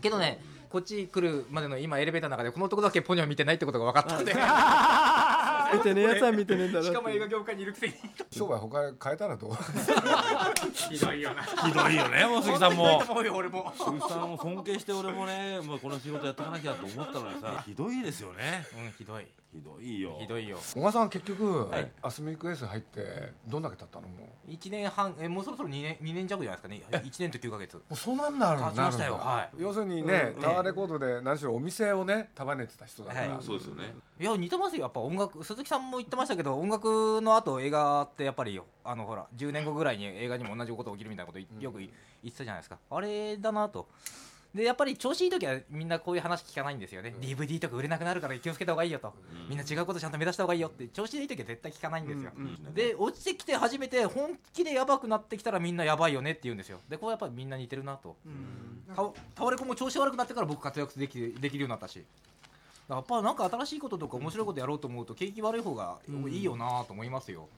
けどねこっち来るまでの今エレベーターの中でこのとこだけポニョ見てないってことが分かったんで見てねえやつは見てねえんだ なしかも映画業界にいるくせに商売他変えたらどう ひどいよなひどいよねもう杉さんもひどいと 思うよ俺も鈴木さんを尊敬して俺もね、まあ、この仕事やっていかなきゃと思ったのにさひどいですよねうんひどいひどいよひどいよ小川さんは結局、いアスミックエース入ってどんだけ経ったのもうも1年半えもうそろそろ2年二年弱じゃないですかね1年と9ヶ月うそうなんだろうな経ちましたよるんだはい要するにね、うんタワーレコードで何しろお店をね束ねてた人だから、はいそうですよねいや似てますよやっぱ音楽鈴木さんも言ってましたけど音楽の後映画ってやっぱりあのほら10年後ぐらいに映画にも同じこと起きるみたいなこといよくい言ってたじゃないですかあれだなとでやっぱり調子いい時はみんなこういう話聞かないんですよね、DVD とか売れなくなるから気をつけた方がいいよと、みんな違うことちゃんと目指した方がいいよって調子いい時は絶対聞かないんですよ、で落ちてきて初めて本気でやばくなってきたらみんなやばいよねって言うんですよでこれやっぱりみんな似てるなと、タタワレコも調子悪くなってから僕活躍できできるようになったしやっぱなんか新しいこととか面白いことやろうと思うと景気悪い方がいいよなと思いますよ、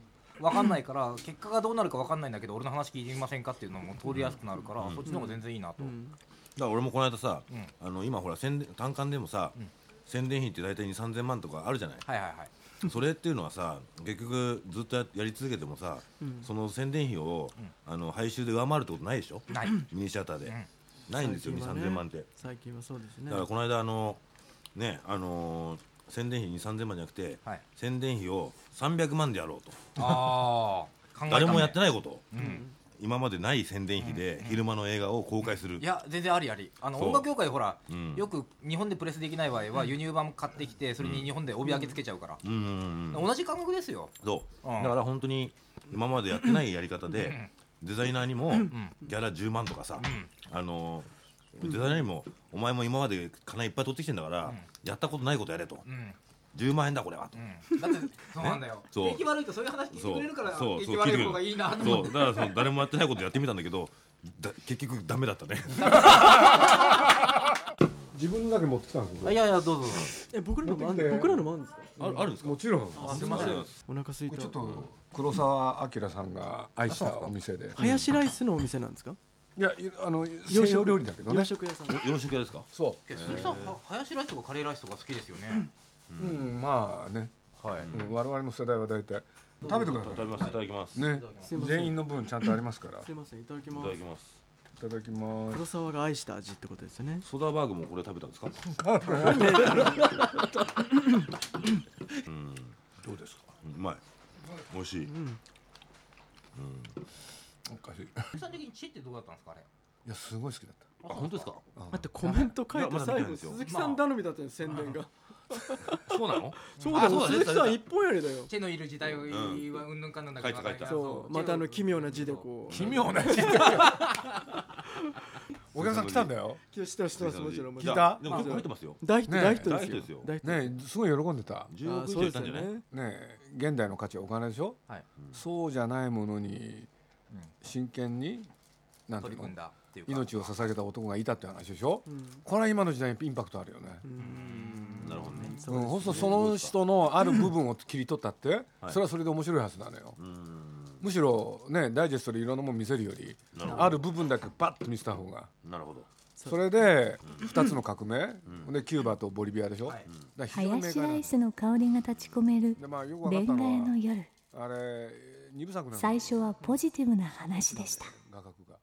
わかんないから結果がどうなるかわかんないんだけど俺の話聞いてみませんかっていうのも通りやすくなるから、そっちの方が全然いいなと、だから俺もこの間さ、うんあの今ほら宣伝単管でもさ、宣伝費って大体2 3 0 0 0万とかあるじゃないはいはいはいそれっていうのはさ結局ずっとややり続けてもさ、その宣伝費を、あの配給で上回るってことないでしょないミニシアターで、んないんですよ2 3 0 0 0万って、最近はそうですねだからこの間あのねあのー宣伝費2 3 0 0 0万じゃなくて、はい宣伝費を300万でやろうとああ、誰もやってない。ないこと、うん、今までない宣伝費で昼間の映画を公開する、いや全然ありありあのそう音楽業界ほら、んよく日本でプレスできない場合は輸入版買ってきてそれに日本で帯揚げつけちゃうから、うんうんうん同じ感覚ですよそう、うんだから本当に今までやってないやり方でデザイナーにもギャラ10万とかさ、あのデザイナーにもお前も今まで金いっぱい取ってきてんだから、やったことないことやれとうん、 10万円だこれはと、うん、だってそうなんだよ、そう景気悪いとそういう話聞いてくれるからそう景気そう聞い悪ていくれる方がいいなと思っそうてだからその誰もやってないことやってみたんだけどだ 結局ダメだったね自分だけ持ってきたんですよあいやいやどうぞどうぞえ僕らのもあ持んってきて僕らのもあるんですかあるあるんですかもちろんすいませんお腹空いこれたちょっと黒澤明さんが愛したお店でハヤシライスのお店なんですかいやいあの西洋料理だけど洋ね食屋さん洋食屋ですかそえ鈴木さんはハヤシライスとかカレーライスとか好きですよねう、うん、まあね、はいうん、我々の世代は大体食べてくださ食べますいただきます、いねすいません全員の分ちゃんとありますからすいませんいただきいまただすきますいただきま黒沢が愛した味ってことですよねソダバーグもこれ食べたんですかすどうですかうまい美味しい、おかしいい鈴木さん的にチってどうだったんですかあれやすごい好きだったあ本当ですか待ってコメント書いいやてまだ見最てないん後ですよ鈴木さん頼みだったよ宣伝がそうなの そうだだそうだよ鈴木さん一本やりだよチェのいる時代はうんぬんかんぬんだけど書いて書いてそうまたあの奇妙な字でこう奇妙な人お客さん来たんだよ聞いてます知ってますもちろんもち聞いろんたたでも結構入ってますよ大ヒットねえ大ヒット大ヒットでですすよよ大ヒットねえすごい喜んでた10あ億以そう上いっですたんじよゃない、ねねえ現代の価値はお金でしょはいそうじゃないものに真剣になんて取いうりの組んだっていうか命を捧げた男がいたって話でしょうんこれは今の時代にインパクトあるよねなるほどねうんそうするとその人のある部分を切り取ったってはいそれはそれで面白いはずなのようんむしろねダイジェストでいろんなもの見せるよりなるほどある部分だけパッと見せた方がなるほどそれで2つの革命でキューバとボリビアでしょだから非常に林明快なラのイスの香りが立ち込めるでまあよくわかレっンたガの屋はの夜あれ二部作なの最初はポジティブな話でした画角が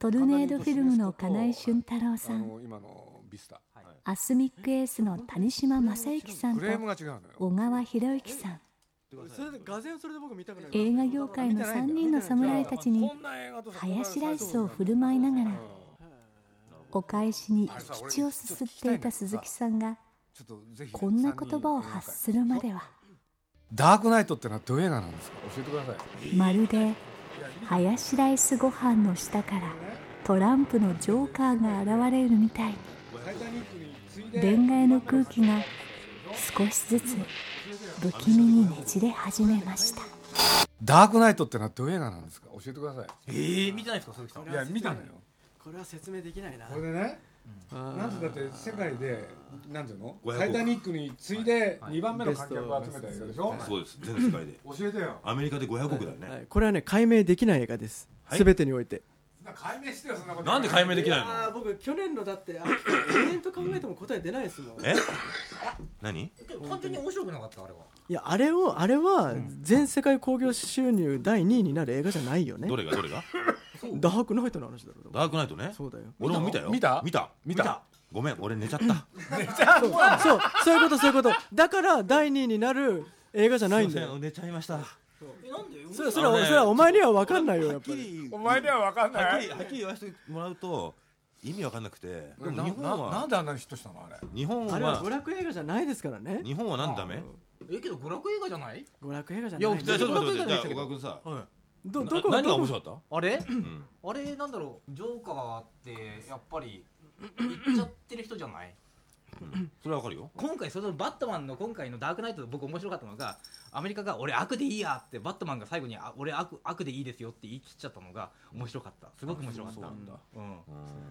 トルネードフィルムの金井俊太郎あさんの今のビスタアスミックエースの谷島正幸さんフとレームが違うのよ小川博之さんそれで俄然それで僕見たくな映い画業界の3人の侍たちにこんな映画とさハヤシライスを振る舞いながらお返しに引き血をすすっていた鈴木さんがちょっとぜひこんな言葉を発するまではダークナイトってのはどういう映画なんですか教えてくださいまるでハヤシライスご飯の下からトランプのジョーカーが現れるみたいに恋愛の空気が少しずつ不気味にねじれ始めましたダークナイトってのはどういう映画なんですか教えてくださいええ見てないですか鈴木さんいや見たのよこれは説明できないなこれでねあーなんてだって世界でなんていうの500億タイタニックに次いで2番目の観客を集めた映画でしょそうです全世界で教えてよアメリカで500億だよはねいこれはね解明できない映画ですはいすべてにおいて解明してよそんなことなんで解明できないのああ僕去年のだってあ永遠と考えても答え出ないですもんえ何単純に面白くなかったあれはいやあれをあれは全世界興行収入第2位になる映画じゃないよねどれがどれがダークナイトの話だろダークナイトねそうだよ俺も見たよ見た見た見たごめん俺寝ちゃったそうそうそういうことそういうことだから第2位になる映画じゃないんだすいませよん寝ちゃいましたはそれそれあのはねそれはお前には分かんないよやっっぱきりりお前には分かんはなっきいりはっきり言わせてもらうと意味わかんなくてでもな日本ななはんであんなにヒットしたのあれ日本あれはは娯楽映画じゃないですからね日本はなんでダメえけど娯楽映画じゃない娯楽映画じゃないいやじゃあちょっと待って娯楽映画じゃあじゃない小川君さどなどこ何がどこ面白かっあれたうんあれなんだろうジョーカーってやっぱり言っちゃってる人じゃないそれはわかるよ今回そのバットマンの今回のダークナイトで僕面白かったのがアメリカが俺悪でいいやってバットマンが最後にあ俺悪悪でいいですよって言い切っちゃったのが面白かったすごく面白かったそうなんだうんうん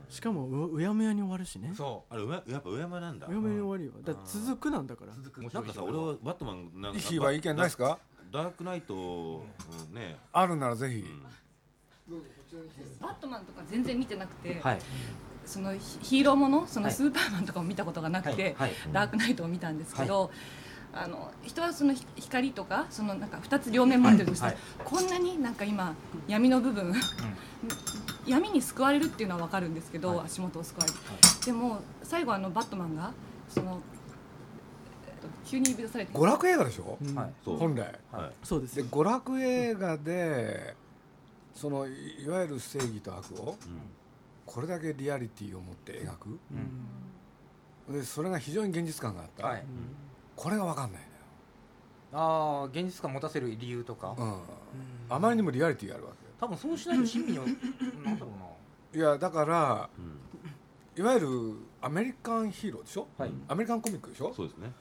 しかもううやむやに終わるしねそあれうややっぱ上山なんだうやむやに終わるよだから続くなんだからう続く面な白んいかさ俺はバットマンなんかイヒーは意見ないですかダークナイトうんねあるならぜひバットマンとか全然見てなくて、はいそのヒヒーローものそのはいスーパーマンとかも見たことがなくて、はいダークナイトを見たんですけど、あの人はそのひ光とかそのなんか2つ両面持ってるとして、はいこんなになんか今闇の部分、 闇に救われるっていうのは分かるんですけど、はい足元を救われる、はでも最後あのバットマンがその、えっと急に呼び出されて娯楽映画でしょうんはいそう本来はいそうですでよ娯楽映画でそのいいわゆる正義と悪をこれだけリアリティを持って描くうんでそれが非常に現実感があった、はいこれが分かんないああ現実感持たせる理由とかのよ、うん、あまりにもリアリティがあるわ多分そうしないと親身をなんだろうなけいやだからうんいわゆるアメリカンヒーローでしょはいアメリカンコミックでしょそうですね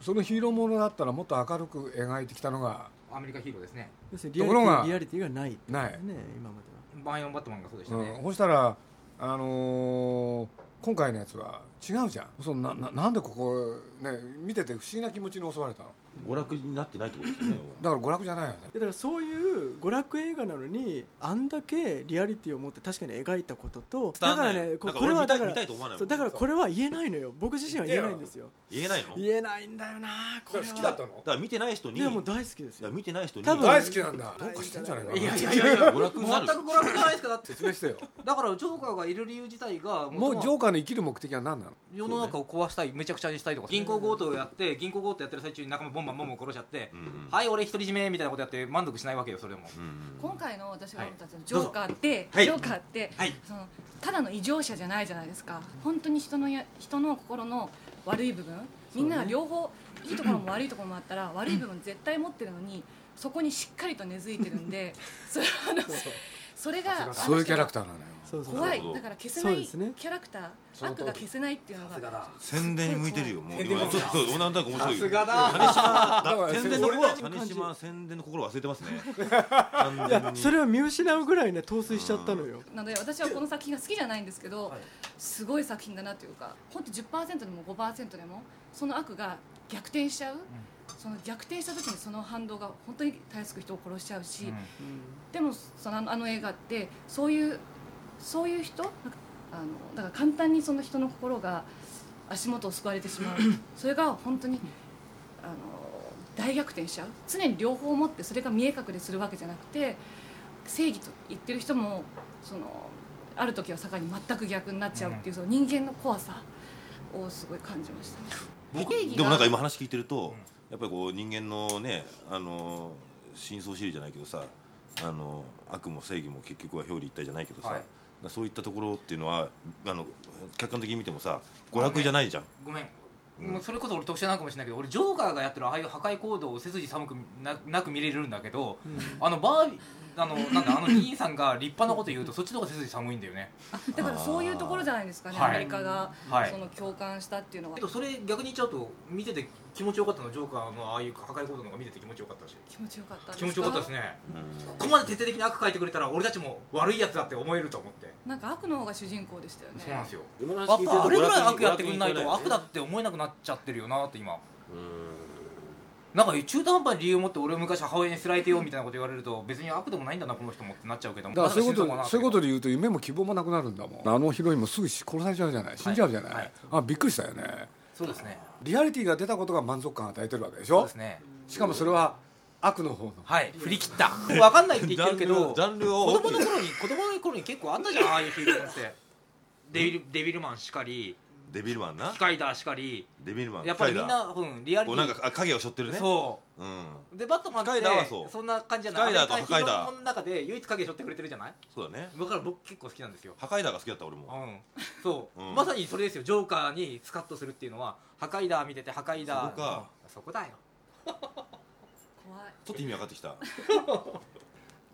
そのヒーローものだったらもっと明るく描いてきたのがアメリカヒーローですね要するにところがリアリティがないってことだよね今まバイオンバットマンがそうでしたうん、ねそしたら、あのー今回のやつは違うじゃんそのなななんでここ、ね、見てて不思議な気持ちに襲われたの娯楽になってないってことですねだから娯楽じゃないよねではだからそういう娯楽映画なのにあんだけリアリティを持って確かに描いたこととだからねこなんかこれ俺は見ただいから見たいと思わないそうだからこれは言えないのよ僕自身は言えないんですよ言えないのだか言えないんだよなこれはたのら見てない人にでだもか大好きですらよ見てない人に多分大好きなんだどうかしてんじゃないかないやいやいやいや娯楽になる全く娯楽じゃないですかだって説明してよだからジョーカーがいる理由自体がもうジョ元ーカーの生きる目的は何なの々世の中を壊したいめちゃくちゃにしたいとか銀行強盗をやって銀行強盗やってる最中に仲間ボンバンボンボン殺しちゃってうんうんはい俺独り占めみたいなことやって満足しないわけよそれもうんうん今回の私が思ったそのジどうョぞーカーって、はいジョーカーって、はいそのただの異常者じゃないじゃないですか本当に人のや人の心の悪い部分みんな両方、いいところも悪いところもあったら悪い部分絶対持ってるのにそこにしっかりと根付いてるんでそれあのそれがあの人そういうキャラクターなのよそうそう怖なるほいどだから消せないそうですねキャラクター、その悪通りが消せないっていうのが宣伝に向いてるよもう宣伝今ちょっとそうなんとなく面白いよだだから宣宣伝伝のの俺心たはち金島宣伝の心忘れてますね いや完全そにれは見失うぐらいね陶酔しちゃったのよなので私はこの作品が好きじゃないんですけど、すごい作品だなというか本当10%でも5%でもその悪が逆転しちゃう、その逆転した時にその反動が本当にたやすく人を殺しちゃうし、でもそのあのあの映画ってそういうそういう人なんかあのだから簡単にその人の心が足元を救われてしまうそれが本当にあの大逆転しちゃう常に両方持ってそれが見え隠れするわけじゃなくて正義と言ってる人もそのある時は境に全く逆になっちゃうっていう、その人間の怖さをすごい感じましたね。僕定義がでもなんか今話聞いてるとやっぱりこう人間のねあの真相知りじゃないけどさあの悪も正義も結局は表裏一体じゃないけどさ、はいだからそういったところっていうのはあの客観的に見てもさ娯楽じゃないじゃん、ごめんもうそれこそ俺特殊なのかもしれないけど俺ジョーカーがやってるああいう破壊行動を背筋寒くななく見れるんだけど、あのバービあのなんだあの兄さんが立派なこと言うとそっちの方が背筋寒いんだよねだからそういうところじゃないですかね、はいアメリカが、はいその共感したっていうのはけどそれ逆に言っちゃうと見てて気持ちよかったのはジョーカーのああいう破壊行動の方が見てて気持ちよかったし気持ちよかったんです気持ちよかったですねねこうんこまで徹底的に悪書いてくれたら俺たちも悪いやつだって思えると思ってなんか悪の方が主人公でしたよねそうなんですよ今のや話聞っいてるぱとあれぐらい悪やってくんないと娯楽悪にだって思えなくなっちゃってるよなって今うなんか中途半端に理由を持って俺昔母親にすられてよみたいなこと言われると別に悪でもないんだなこの人もってなっちゃうけどだからそういうまだ死こぬかもなとそういうことで言うと夢も希望もなくなるんだもんあのヒロインもすぐ殺されちゃうじゃない死んじゃうじゃない、はいはいあびっくりしたよねそうですねリアリティが出たことが満足感を与えてるわけでしそうょですねしかもそれは悪の方のはい振り切った分かんないってジ言ってャるンルけど ジャンルを子供大きのい頃に子供の頃に結構あんだじゃんああいうフィールドってデビルデビルマンしかりデビルマンなスカイダーしかりデビルマンやっぱりスカみイんダーな、うん、リアリテこうィなんかあ影を背負ってるね、そうん、うでバットマンっスカてイダーはそうんな感じじゃないスカイダーとアメリカのハカイダヒーーローの中で唯一影背負ってくれてるじゃないそうだねだから僕結構好きなんですよ破壊だが好きだった俺もうん、そう、うんまさにそれですよジョーカーにスカッとするっていうのは破壊だ見てて破壊だそこかそこだよ怖いちょっと意味分かってきた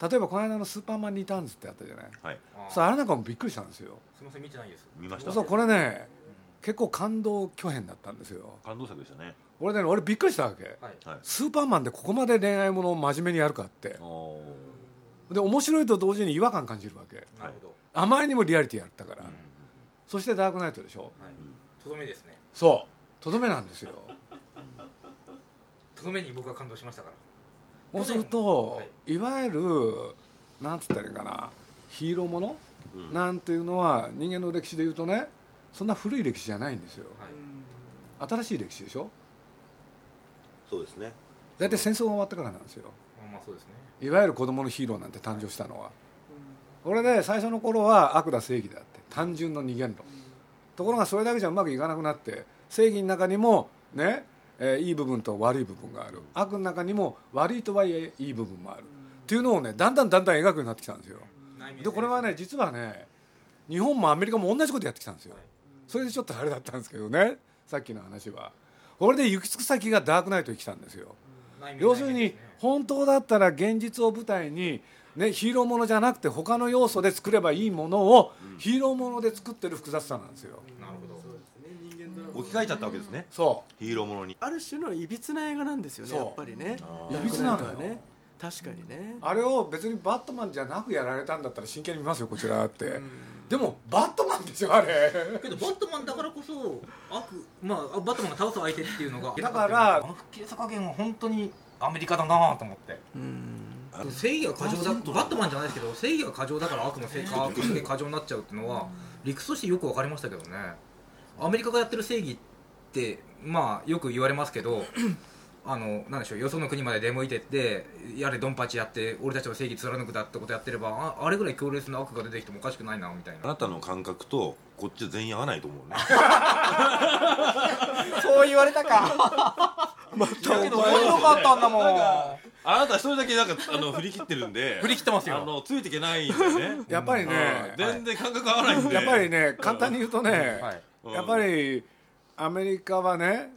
例えばこの間の「スーパーマン・リターンズ」ってあったじゃないはいそうあれなんかもびっくりしたんですよすみません見てないです見ましたそうこれね結構感動巨変だったんですよ感動作でしたね俺ね俺びっくりしたわけはいはいスーパーマンでここまで恋愛ものを真面目にやるかっておーで面白いと同時に違和感感じるわけなるほどあまりにもリアリティやったから、うんそしてダークナイトでしょはいとどめですねそうとどめなんですよとどめに僕は感動しましたからそうするはと、い、わゆるなんつったらいいかなヒーローもの、うんなんていうのは人間の歴史でいうとねそんな古い歴史じゃないんですよはい新しい歴史でしょそうですね大体戦争が終わってからなんですよまあまあそうですねいわゆる子供のヒーローなんて誕生したのは、俺ね最初の頃は悪だ正義だって単純の二元論、ところがそれだけじゃうまくいかなくなって正義の中にもね、えーいい部分と悪い部分がある悪の中にも悪いとはいえいい部分もある、っていうのをねだんだんだんだん描くようになってきたんですよ内面でこれはね実はね日本もアメリカも同じことやってきたんですよそれでちょっとあれだったんですけどねさっきの話はこれで行き着く先がダークナイトに来たんですよ内面要する内面にですね本当だったら現実を舞台に、ね、ヒーローものじゃなくて他の要素で作ればいいものをヒーローもので作ってる複雑さなんですよなるほど置き換えちゃったわけですねそヒーローものにある種のいびつな映画なんですよねそうやっぱりねあういびつなのダークナイトはよね確かにねあれを別にバットマンじゃなくやられたんだったら真剣に見ますよこちらって、うんでもバットマンでしょあれけどバットマンだからこそ悪まあバットマンが倒す相手っていうのがだからあの吹っ切れさ加減は本当にアメリカだなと思ってうんあの正義が過剰だバットマンじゃないですけど正義が過剰だから悪も正義悪として過剰になっちゃうっていうのは理屈としてよく分かりましたけどねアメリカがやってる正義ってまあよく言われますけ どあのなんでしょうよその国まで出向いてってやれドンパチやって俺たちの正義貫くだってことやってればああれぐらい強烈な悪が出てきてもおかしくないなみたいあななたの感覚とこっち全員合わないと思うねそう言われたかだけど面白かったんだもんあなた一人だけなんかあの振り切ってるんで振り切ってますあよのついていけないんだよねやっぱりね、うん全然感覚合わないんでやっぱりね簡単に言うとね、はいうんやっぱりアメリカはね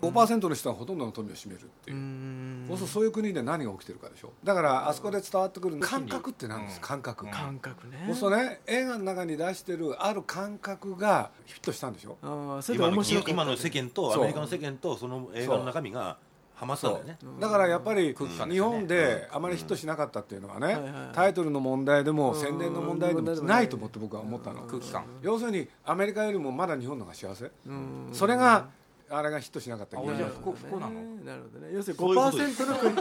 5%の人がほとんどの富を占めるっていうう、んそうするとそういう国で何が起きてるかでしょだからあそこで伝わってくる感覚って何ですうん感覚、うん感覚ねそうするとね映画の中に出してるある感覚がヒットしたんでしょああそれで今の面白かった今の世間とアそうメリカの世間とその映画の中身がハマったんだよねだからやっぱり空気感ですね日本であまりヒットしなかったっていうのはね、うんはいはいタイトルの問題でもうん宣伝の問題でもないと思って僕は思ったの、空気感要するにアメリカよりもまだ日本の方が幸せ、うんそれがあれがヒットしなかったあ原因俺じゃだあと不幸不幸なのなるほどね要するにそういうことで5%の国そう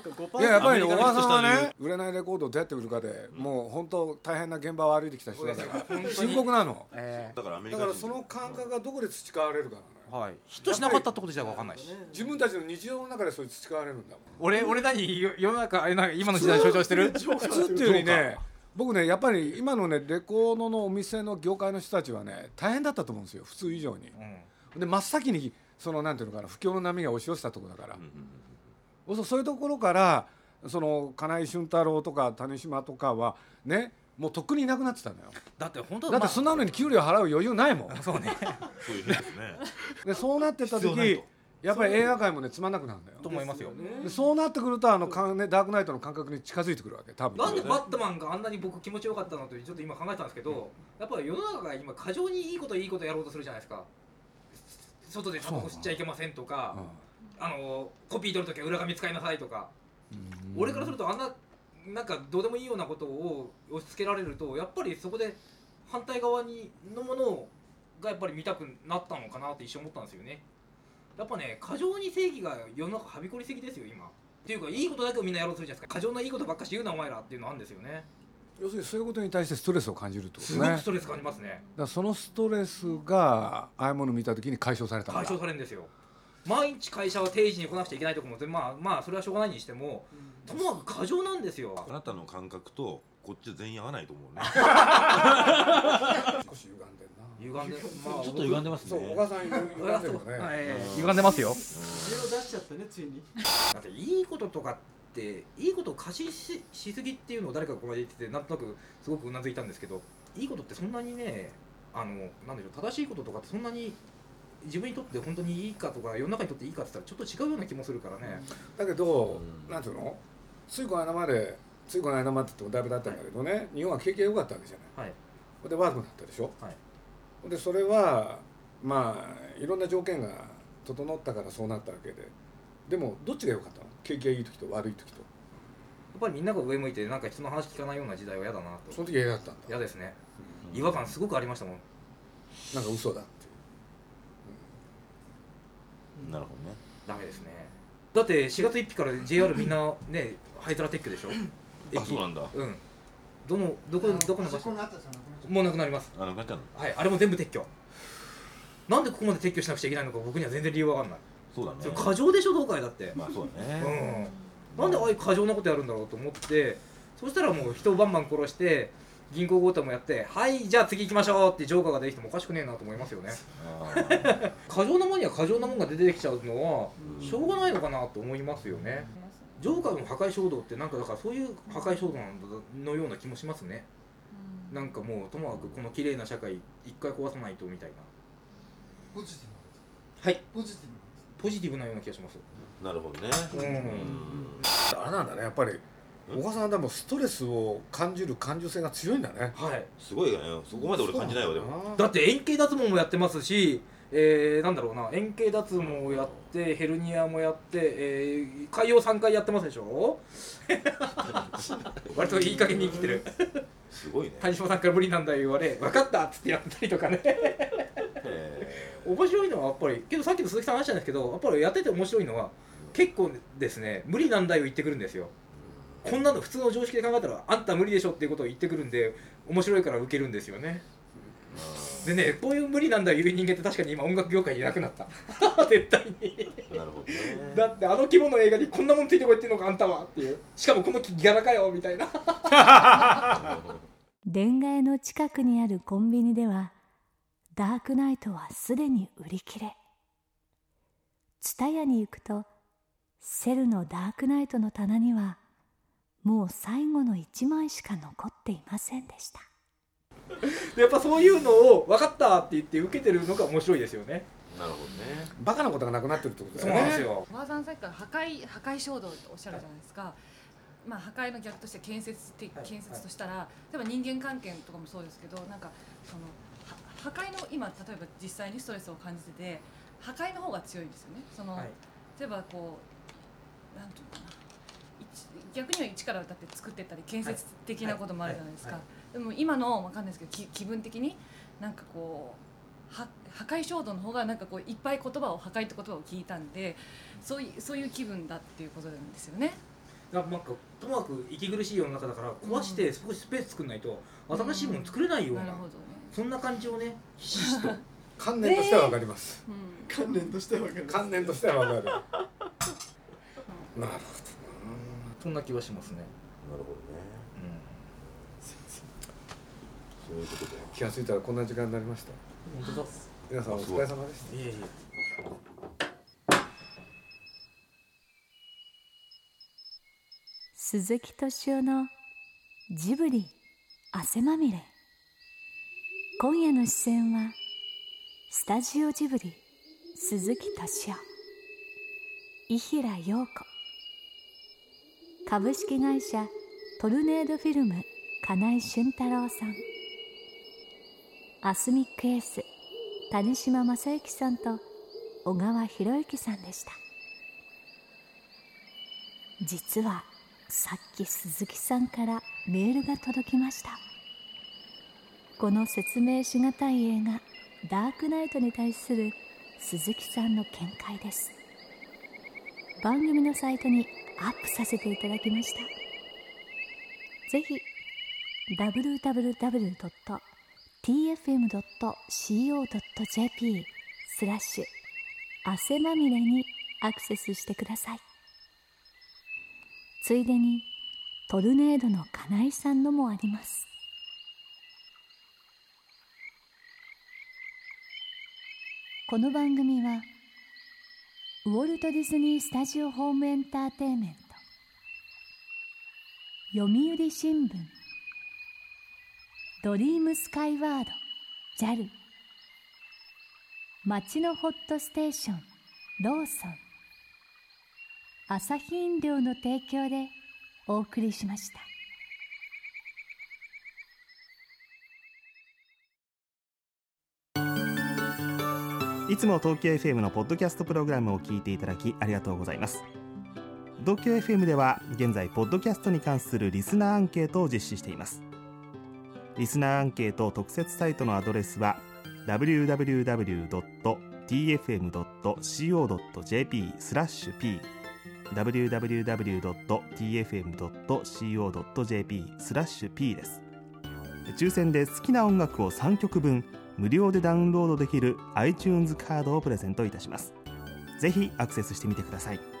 か5%いややっぱりねアメリカ小川の人さんはたちね売れないレコードをどうやって売るかで、もう本当大変な現場を歩いてきた人だから深刻なのえだからアメリだカから人その感覚がどこで培われるかなのよーはいヒットしなかったってこと自体が分かんないし自分たちの日常の中でそれ培われるんだもん俺俺何よ世の中あれなんか今の時代 象徴してる普通っていうよりね僕ねやっぱり今のねレコードのお店の業界の人たちはね大変だったと思うんですよ普通以上にうで真っ先にそのなんていうのかな不況の波が押し寄せたところだから、そうそういうところからその金井俊太郎とか谷島とかはねもうとっくにいなくなってたのよだって本当だってそんなのに給料払う余裕ないもんそうねそういうですねでそうなってた必要ない時とやっぱり映画界もねつまんなくなるんだよと思いますよでそうなってくるとあのかねダークナイトの感覚に近づいてくるわけ多分なんでバットマンがあんなに僕気持ちよかったのってちょっと今考えてたんですけど、やっぱり世の中が今過剰にいいこといいことやろうとするじゃないですか外でタバコ吸っちゃいけませんとか、あのコピー取るときは裏紙使いなさいとか、俺からするとあんななんかどうでもいいようなことを押し付けられるとやっぱりそこで反対側にのものがやっぱり見たくなったのかなって一瞬思ったんですよねやっぱね過剰に正義が世の中はびこりすぎですよ今っていうかいいことだけをみんなやろうとするじゃないですか過剰ないいことばっかし言うなお前らっていうのあるんですよね要するにそういうことに対してストレスを感じるってことすねごだくスかトレス感じますねらそのストレスがああいうものを見た時に解消されたんだ解消されるんですよ毎日会社は定時に来なくちゃいけないとかも全まあまあそれはしょうがないにしてもともかく過剰なんですよあなたの感覚とこっち全員合わないと思うね少し歪んでん歪んでまあ ちょっと歪んでますなねそう小川さん歪んでるよね、歪んでますよを出しちゃったねついにだっていいこととかっていいことを過信ししすぎっていうのを誰かがこの間言っててなんとなくすごくうなずいたんですけどいいことってそんなにねあのなんでしょう正しいこととかってそんなに自分にとって本当にいいかとか世の中にとっていいかって言ったらちょっと違うような気もするからね、だけど、なんていうのついこの間までついこの間までってもだいぶだったんだけどね、日本は景気が良かったわけじゃないはいほんで悪くなったでしょ、はいほんでそれはまあいろんな条件が整ったからそうなったわけででもどっちが良かったの景気がいい時と悪い時とやっぱりみんなが上向いてなんか人の話聞かないような時代は嫌だなそとの時は嫌だったんだ嫌ですね違和感すごくありましたもんなんか嘘だっていうなるほどねダメですねだって4月1日から JR みんなねハイドラテックでしょあそうなんだうんどのどこどこの場所もうなくなりますあのなんかはいあれも全部撤去なんでここまで撤去しなくちゃいけないのか僕には全然理由わかんない、そうだねそれ過剰でしょどうかいだって、まあそうだうねんなんでああいう過剰なことやるんだろうと思ってそしたらもう人をバンバン殺して銀行強盗もやってはいじゃあ次行きましょうってジョーカーが出てきてもおかしくねえなと思いますよねあー過剰なもんには過剰なもんが出てきちゃうのはしょうがないのかなと思いますよねジョーカーの破壊衝動ってなんかだからそういう破壊衝動なんだのような気もしますねなんかもうともかくこの綺麗な社会一回壊さないとみたいなポジティはいブポジティポジティブなような気がします。なるほどねうんうんあれなんだねやっぱり小川さんはでもストレスを感じる感受性が強いんだねはい。すごいよねそこまで俺感じないわでもだって円形脱毛もやってますし、えー、なんだろうな円形脱毛をやってヘルニアもやって、えー、海洋3回やってますで しょ割といい加減に生きてるすごいね谷島さんから無理なんだ言われ分かったっつってやったりとかねえ面白いのはやっぱりけどさっきの鈴木さんの話じゃないですけどやっぱりやってて面白いのは結構ですね無理なんだよ言ってくるんですよこんなの普通の常識で考えたらあんた無理でしょっていうことを言ってくるんで面白いからウケるんですよねでねこういう無理なんだよ言う人間って確かに今音楽業界にいなくなった 絶対にーなるほどねだってあの規模の映画にこんなもんついてこいっていうのかあんたはっていうしかもこのギャラかよみたいな恋愛の近くにあるコンビニではダークナイトはすでに売り切れツタヤに行くとセルのダークナイトの棚にはもう最後の1枚しか残っていませんでしたでやっぱそういうのを分かったって言って受けてるのが面白いですよねなるほどねバカなことがなくなってるってことだそうよなんねですよ小川さんさっきから破壊破壊衝動とおっしゃるじゃないですか。まあ破壊の逆として建設的はい建設としたら、例えば人間関係とかもそうですけど、なんかそのは破壊の今例えば実際にストレスを感じてて破壊の方が強いんですよね。その、はい例えばこうなんていうのかな。一逆には一からだって作ってったり建設的なこともあるじゃないですか、はいでも今のわかんないですけどき気分的になんかこうは破壊衝動の方がなんかこういっぱい言葉を破壊って言葉を聞いたんでそういうそういう気分だっていうことなんですよね。なんかともかく息苦しい世の中だから壊して少しスペース作んないと新しいもの作れないようななるほどね。そんな感じをねひしひ しと観念としてはわかります、うん観念としては分かる観念としてはわかる なるほどなそんな気はしますね、なるほどねそういうことで気が付いたらこんな時間になりましたうん、本当だ皆さんお疲れ様でしたいえいえ鈴木敏夫のジブリ汗まみれ今夜の視線はスタジオジブリ鈴木敏夫伊平陽子株式会社トルネードフィルム金井俊太郎さんアスミックエース谷島正幸さんと小川博之さんでした実はさっき鈴木さんからメールが届きましたこの説明しがたい映画「ダークナイト」に対する鈴木さんの見解です番組のサイトにアップさせていただきましたぜひ www.tfm.co.jp スラッシュ汗まみれにアクセスしてくださいついでにトルネードの金井さんのもありますこの番組はウォルト・ディズニー・スタジオ・ホーム・エンターテインメント読売新聞ドリームスカイワード JAL 町のホットステーションローソン朝日飲料の提供でお送りしました。いつも東京 FM のポッドキャストプログラムを聞いていただきありがとうございます。東京 FM では現在、ポッドキャストに関するリスナーアンケートを実施しています。リスナーアンケート特設サイトのアドレスは www.tfm.co.jp スラッシュ p www.tfm.co.jp スラッシュ p です。抽選で好きな音楽を3曲分無料でダウンロードできる iTunes カードをプレゼントいたしますぜひアクセスしてみてください